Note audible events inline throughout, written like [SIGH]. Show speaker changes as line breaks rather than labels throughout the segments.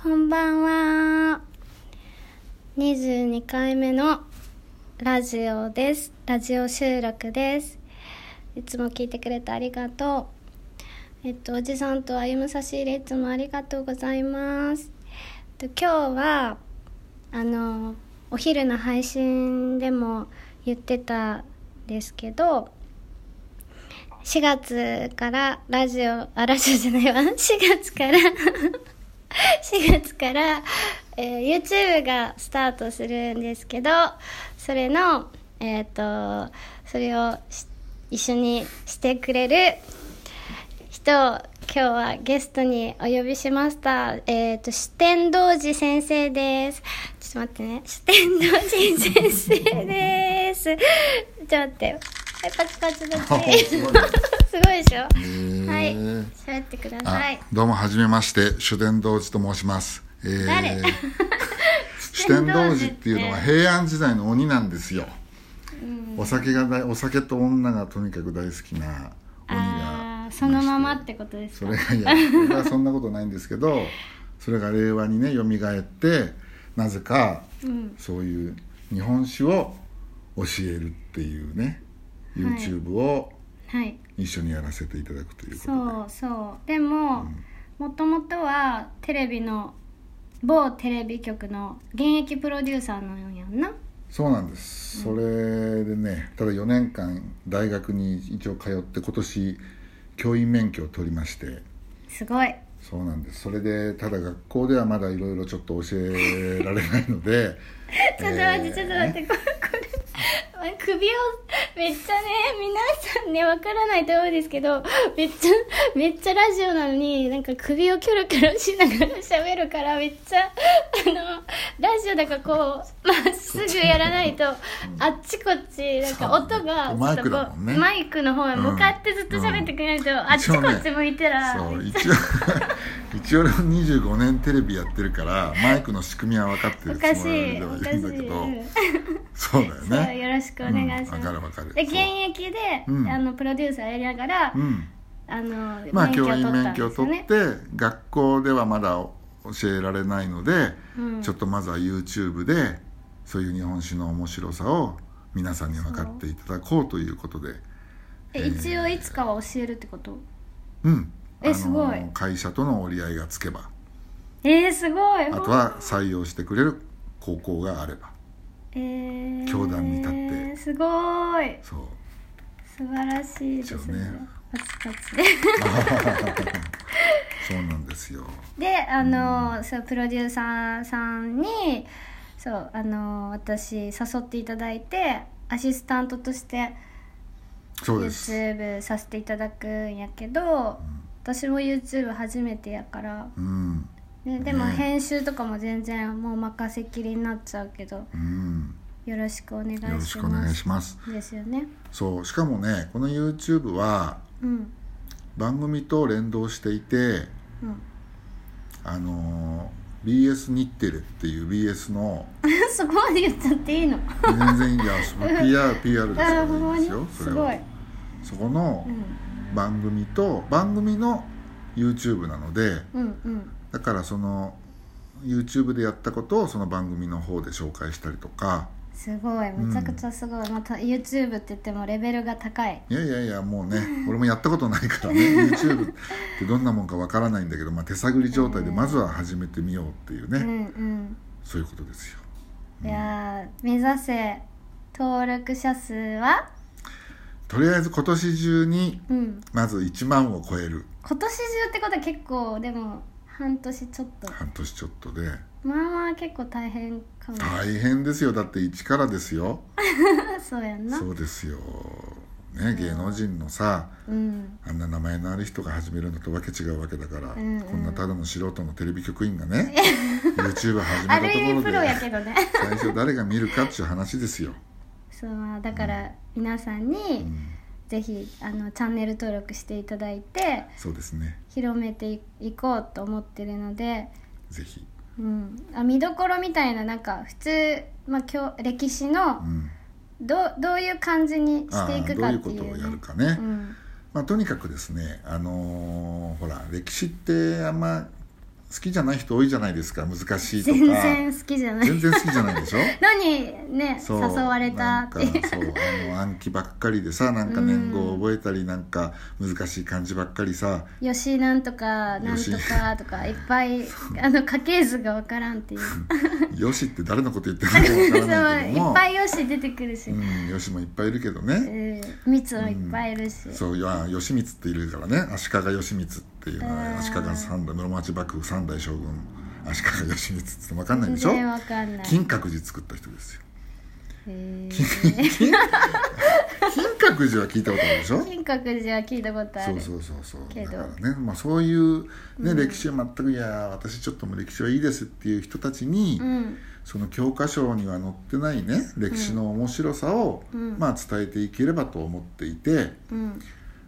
こんばんは。22回目のラジオです。ラジオ収録です。いつも聞いてくれてありがとう。えっと、おじさんと歩む差し入れいつもありがとうございます。えっと今日は、あの、お昼の配信でも言ってたんですけど、4月からラジオ、あ、ラジオじゃないわ。4月から、4月 [LAUGHS] から、えー YouTube がスタートするんですけど、それの、えっ、と、それをし一緒にしてくれる人を今日はゲストにお呼びしました。えっ、と、四天童寺先生です。ちょっと待ってね。四天童寺先生です。ちょっと待ってよ。はい、パチパ [LAUGHS] チパチ。す
す
ご
ご
い
い
でしょは
へ
い
ー。
喋ってくだ
あ
さい。
どうもはじめまして主伝道寺と申します、えー [LAUGHS]
誰
主伝道寺っていうのは平安時代の鬼なんですよ、お酒が大お酒と女がとにかく大好きな鬼が
ああー、そのままってことです
そ
か
れがい
[LAUGHS]
やそれはそんなことないんですけどそれが令和にねよみがえってなぜか、そういう日本史を教えるっていうね YouTube を
はい。
一緒にやらせていただくということで、
そうそうでももともとはテレビの某テレビ局の現役プロデューサーのようやんな
そうなんです、それでねただ4年間大学に一応通って今年教員免許を取りまして
すごい
そうなんですそれでただ学校ではまだいろいろちょっと教えられないので
[LAUGHS] ちょっと待って、
えー
ちょっと待ってこれこれ首をめっちゃね皆さんねわからないと思うんですけどめっちゃめっちゃラジオなのになんか首をキョロキョロしながら喋るからめっちゃあのラジオだからこうまっすぐやらないとあっちこっちなんか音が
そうマイク
ちょっ
だ
とこ
も
うん
ね
マイクの方へ向かってずっと喋ってくれないと、あっちこっち向いたら、
そう一応 [LAUGHS] 一応25年テレビやってるからマイクの仕組みは分かって
お
る
か
つ
し
もり
い
で
お
はい
かし
るんだ
い
けど
うん
そうだよ
そう
ね
よろしくお願いします、
うんわかるわかる
で現
そう
役で、
うん
あのプロデューサーやりながら、
うん
あの
まあ、
免許を
教
取
員
った
免
ん
許を
ですよ
取っ
ね
て学校ではまだ教えられないので、
うん
ちょっとまずは YouTube でそういう日本史の面白さを皆さんに分かっていただこうということで
え一応いつかは教えるってこと
うん
えすごい
会社との折り合いがつけば
えー、すごい
あとは採用してくれる高校があれば
えー、
教壇に立って
すごい [LAUGHS]
そう
素晴らしいです
一応
ね
ね
パチパチで
そうなんですよ
[LAUGHS] であの、そうプロデューサーさんにそうあの私誘っていただいてアシスタントとして
そうです
YouTube させていただくんやけど私も YouTube 初めてやから、
うん
ね、でも
ね
編集とかも全然もう任せっきりになっちゃうけど
うん
よろしくお願いし
よろ
ます
しくお願いします
ですよね
そうしかもねこの YouTube は
うん [LAUGHS]
番組と連動していて
うん、
あのー BS 日テレっていう BS の
そこまで言っちゃっていいの
全然いいやその PR PR です
あ
か
あほん
ら
ま
いいで
に
すよ
す
は
ごい、
そこの
うん、
番組と番組の YouTube なので
うんうん
だからその YouTube でやったことをその番組の方で紹介したりとか
すごいめちゃくちゃすごい、また YouTube って言ってもレベルが高
[LAUGHS]
い
いやいやいやもうね俺もやったことないからね YouTube ってどんなもんかわからないんだけど、まあ、手探り状態でまずは始めてみようっていうね、
うんうん
そういうことですよ
いやー目指せ登録者数は
とりあえず今年中に
うん
まず1万を超える
今年中ってことは結構でも半年ちょっと
半年ちょっとで
まあまあ結構大変かも
大変ですよだって一からですよ
[LAUGHS] そうやんな
そうですよね芸能人のさ
うん
あんな名前のある人が始めるのとわけ違うわけだから、
んうん
こんなただの素人のテレビ局員
[LAUGHS]
がね YouTube 始
あ
め
る意味
たとこ
プ
ろ
ロ
で
やけどね [LAUGHS]
最初誰が見るかっていう話ですよ、
そうまあだから皆さんに
うん、
ぜひあのチャンネル登録していただいて
そうですね
広めていいこうと思ってるので、
ぜひ
うん、あ見どころみたいななんか普通、まあ、今日歴史
う
の
ん
どうどういう感じにしてい
ああ
く
どう
か
い
っ
う
て
こ
い
と
う,、
を
ね
やるかね、 [LAUGHS]
うん
まあ、とにかくですね、あのーほら歴史ってあんま好きじゃない人多いじゃないですか難しいとか
全然好きじゃない
全然好きじゃないでし
[LAUGHS]
ょ
のにね誘われたっていう
な
[LAUGHS]
んかそうあの暗記ばっかりでさなんか年号を覚えたりなんか難しい漢字ばっか
[LAUGHS]
りさ
吉なんとかなんと
吉
かとかいっぱいあの家系図がわからんっていう
「よし」って誰のこと言ってる
[LAUGHS] そう
のかわからないけ
い
ども
っぱいよし出てくるし、
うん、よしもいっぱいいるけど
う
ね、
ん、蜜もいっぱいいるし、
そういや義満っているからね足利義満っていうの
う
は
ん
足利三代室町幕府三代将軍足利義満って分かんない
全
でしょ
然わかんない
金閣寺作った人ですよ
へー
金閣寺は聞いたことあるでしょ
金閣寺は聞いたことあ
そ
る
うそうそうそう
けど
だからね、まあ、そういう、ね歴史は全くいや私ちょっともう歴史はいいですっていう人たちに、
うん
その教科書には載ってないね歴史の面白さを、
うん
まあ、伝えていければと思っていて、
うん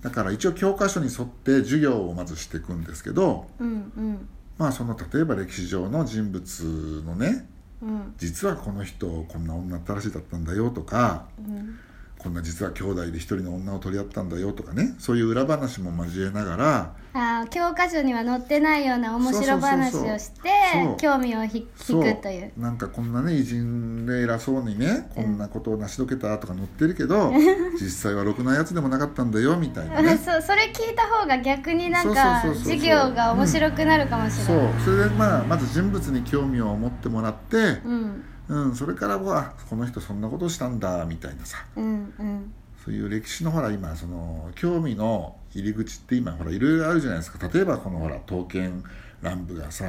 だから一応教科書に沿って授業をまずしていくんですけど、
うんうん
まあ、その例えば歴史上の人物のね
うん
実はこの人こんな女ったらしだったんだよとか
うん
こんな実は兄弟で一人の女を取り合ったんだよとかねそういう裏話も交えながら
あー教科書には載ってないような面白話をして
そうそうそうそう
興味をひ引くという
なんかこんなね偉人で偉そうにねこんなことを成し遂げたとか載ってるけど、
[LAUGHS]
実際はろくなやつでもなかったんだよみたいな
あ [LAUGHS]
ね
そうそれ聞いた方が逆になんか
そうそうそうそう
授業が面白くなるかもしれ
そ
ないう
それでまあまず人物に興味を持ってもらって、
うん
うん、それからはあこの人そんなことしたんだみたいなさ
うんうん
そういう歴史のほら今その興味の入り口って今ほらいろいろあるじゃないですか例えばこのほら刀剣乱舞がさ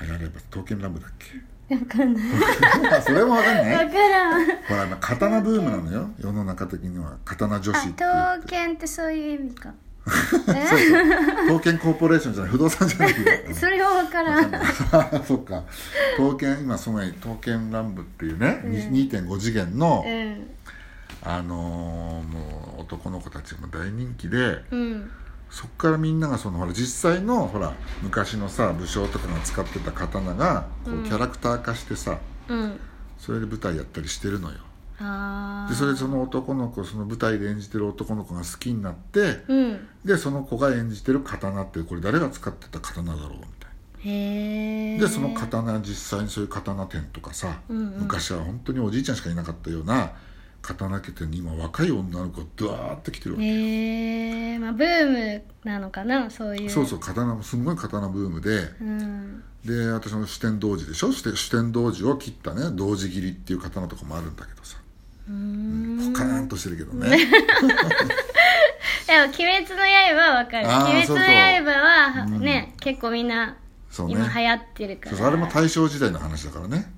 流行れば刀剣乱舞だっ [LAUGHS] けわかんないそれもわかんな
だ
い
からん
ほら今刀ブームなのよ世の中的には刀女子って
あ
言って
刀剣ってそういう意味か
[LAUGHS] 刀剣コーポレーションじゃない不動産じゃない [LAUGHS] けど
それは分からん
そっか刀剣今すごい刀剣乱舞っていうね、に2.5次元の、
うん
あのーもう男の子たちも大人気で
うん
そっからみんながそのほら実際のほら昔のさ武将とかが使ってた刀がこうキャラクター化してさ、
うん
それで舞台やったりしてるのよ
あ
で
あ
それでその男の子その舞台で演じてる男の子が好きになって、
うん
でその子が演じてる刀ってこれ誰が使ってた刀だろうみたい
へえ
なでその刀実際にそういう刀店とかさ、
うんうん
昔は本当におじいちゃんしかいなかったような刀家店に今若い女の子がドワーって来てるわけ、
へえまあブームなのかなそういう
そうそう刀もすんごい刀ブームで
うん
で私の四天童子でしょして四天童子を切ったね童子切りっていう刀とかもあるんだけどさ
うーん
ポカーンとしてるけどね
でも「鬼滅の刃」は分かる「
あー
鬼滅
そう
の
そう
刃は」ね、結構みんな
そうね
今流行ってるか
そ
ら
うそうあれも大正時代の話だからね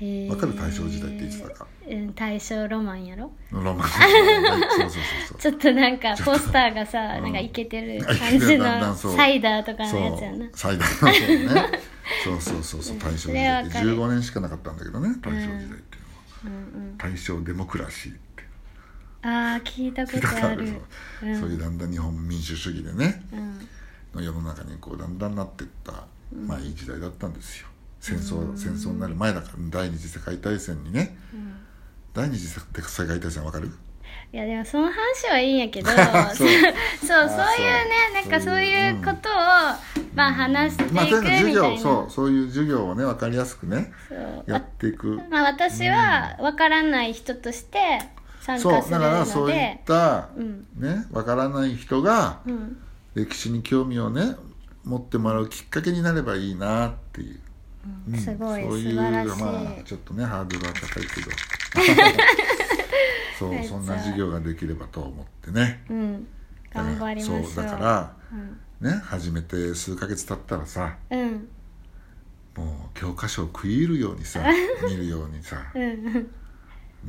わ
わかる大正時代っていつだか
うん、大正ロマンやろ
ロマ
[LAUGHS]
ンスそうそうそうそう
ちょっとなんかポスターがさ、なんかイケてる感じ
だんだ
の
んそう
サイダーとか
そ
の
う
やつやな
最大のそうね
[LAUGHS]
そうそうそうそう大正時代って
それはわ
15年しかなかったんだけどね大正時代っていうのは、
うんうん、
大正デモクラシーって
あー聞いたこ
だ
と
か
あ
ら
る
そうそういうだんだん日本民主主義でね
うん
の世の中にこうだんだんなってったまあいい時代だったんですよ戦争戦争になる前だから第二次世界大戦にね、第二次世界大戦わかる
いやでもその話はいいんやけど
[LAUGHS] そう
そうそう
あー
そういうねなんかそういうことを、まあ話していくみ
まあ
た
とにかく授
いな、
業そうそういう授業をねわかりやすくね
そう
やっていく
まあ、私は分からない人として参
そ
加
う
す
だ
る
から
の
そういっ
で
た、
うん
ねわからない人が
うん
歴史に興味をね持ってもらうきっかけになればいいなっていう、
うん
うん
すごい
そう
素
いう
晴らしい、
まあちょっとねハードルは高いけ
[LAUGHS]
どそうそんな授業ができればと思ってね
うん
だから
頑張りましょう
そうだか
うん
らね始めて数ヶ月経ったらさ
うん
もう教科書を食い入るように
[LAUGHS]
さ見るようにさ
うんうん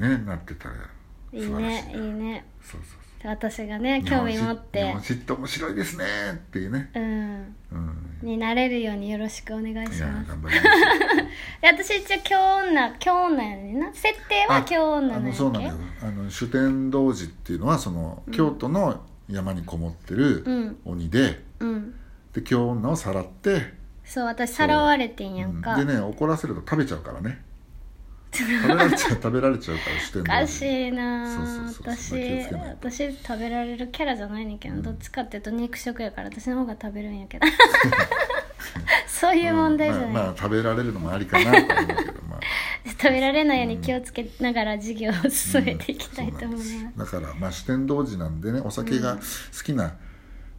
ねなってたら
いい
素晴らしい
ねいいね
そうそう
私がね
そう
興味持っ
日
て
本史日本史って面白いですねっていうね、
うん
うん、
になれるようによろしくお願い
い
し
や
ます
頑張ります
で私一応京女京女やねんな設定は京女な
あ
ん
の
や
そうなんだ
け
よあの主天童子っていうのはその京都の山にこもってる
うん
鬼で、
うん
で京女をさらって、
そう私さらわれてんやんか、
うんでね怒らせると食べちゃうか
[LAUGHS]
らね食べられちゃう食べられちゃうから主天
おかしい
童子
な
そう
あ
そうそうそんな気をつ
私
けない
私食べられるキャラじゃないねんけど、どっちかっていうと肉食やから私の方が食べるんやけどそ [LAUGHS] そういう問題じゃない、
うんまあまあ食べられるのもありかなと思うけど
[LAUGHS]
まあ
食べられないように気をつけながら授業を進めていきたいと思います、
だからまあ四天童子なんでねお酒が好きな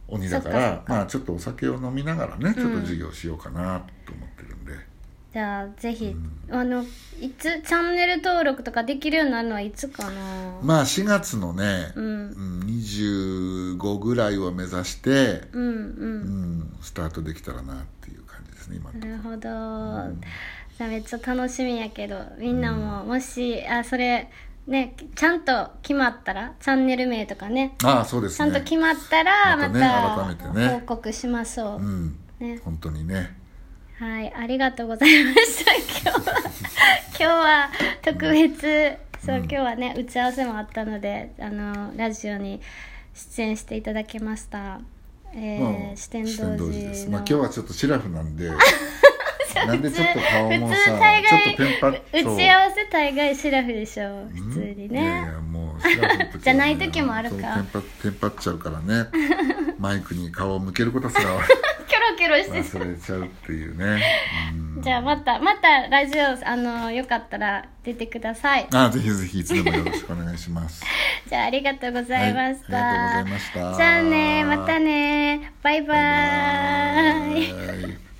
鬼だから、
そっかそっか
まあちょっとお酒を飲みながらねちょっと授業しようかなと思ってるんで、
じゃあぜひ、あのいつチャンネル登録とかできるようになるのはいつかな
まあ4月のね、
う
うんん、25ぐらいを目指して、
うんう
うんん、スタートできたらなっていう感じですね今のと
な
こ
るほど、じゃあめっちゃ楽しみやけどみんなももし、あそれねちゃんと決まったらチャンネル名とかね
ろああそうで
ち
す
ゃ
ね
んと決まったらまた,、
またね改めてね
報告しましょう、
うん
ね
本当にね
はい、ありがとうございました。今日
[LAUGHS]
は今日は特別、そう今日はね打ち合わせもあったので、あのラジオに出演していただきました。え
ま
ー、
あ
四天
四天
童
童
子
子ですまあ
の
今日はちょっとシラフな
[LAUGHS]
んでなんでちょっと顔も
普
さ
通大
ちょっとテンパ
概
っ
打ち合わせ大概シラフでしょう普通に
いやい
ね。
やもうシラフの時はね
じゃない時もあるか
そうテンパテンパっちゃうから
[LAUGHS]
ねマイクに顔を向けることすら
[LAUGHS] キョロキョロして
忘れちゃうってい
[LAUGHS]
うね、うん
じゃあまたまたラジオあのよかったら出てください。
あぜひぜひいつでもよろしくお願いします
じゃあありがとうございました。
はいありがとうございました
じゃあね、またね。バイバイ。
はい